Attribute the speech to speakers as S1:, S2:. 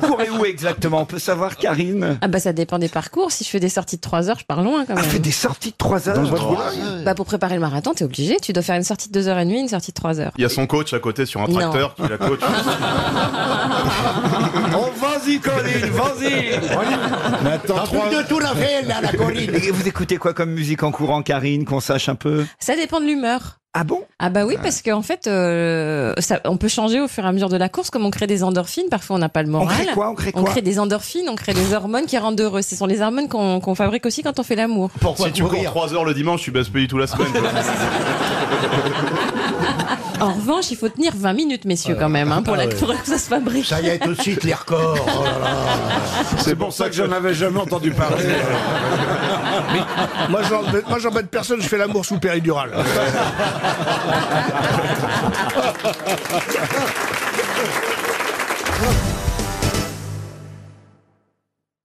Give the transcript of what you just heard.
S1: courez où exactement On peut savoir, Karine
S2: Ah bah ça dépend des parcours. Si je fais des sorties de 3 heures, je pars loin quand même.
S1: Ah, fait des sorties de 3 heures.
S2: Bah pour préparer le marathon, t'es obligé. Tu dois faire une sortie de 2h30, une sortie de 3 heures.
S3: Il y a son coach à côté sur un
S2: Non.
S3: tracteur qui la coach.
S1: On Oh, vas-y, Colline, vas-y
S4: Mais attends, trois-
S5: de tout la veine à la colline.
S1: Et Vous écoutez quoi comme musique en courant, Karine, qu'on sache un peu
S2: Ça dépend de l'humeur.
S1: Ah bon
S2: Ah bah oui, parce qu'en fait, euh, ça, on peut changer au fur et à mesure de la course, comme on crée des endorphines, parfois on n'a pas le
S1: On
S2: moral.
S1: crée quoi On crée
S2: On
S1: quoi
S2: crée des endorphines, on crée des hormones qui rendent heureux. Ce sont les hormones qu'on qu'on fabrique aussi quand on fait l'amour.
S5: Pourquoi
S3: Si tu cours 3 heures le dimanche, tu baisses pays toute la semaine. quoi.
S2: En revanche, il faut tenir 20 minutes,
S1: Euh,
S2: messieurs, quand même,
S1: ah
S2: hein, pour,
S1: bah
S2: la,
S5: ouais.
S2: pour que ça se fabrique.
S5: Ça y est, tout de suite, les records. Oh là là.
S4: C'est pour ça que j'en avais jamais entendu parler.
S5: Moi, j'en- moi, j'embête personne, je fais l'amour sous péridurale.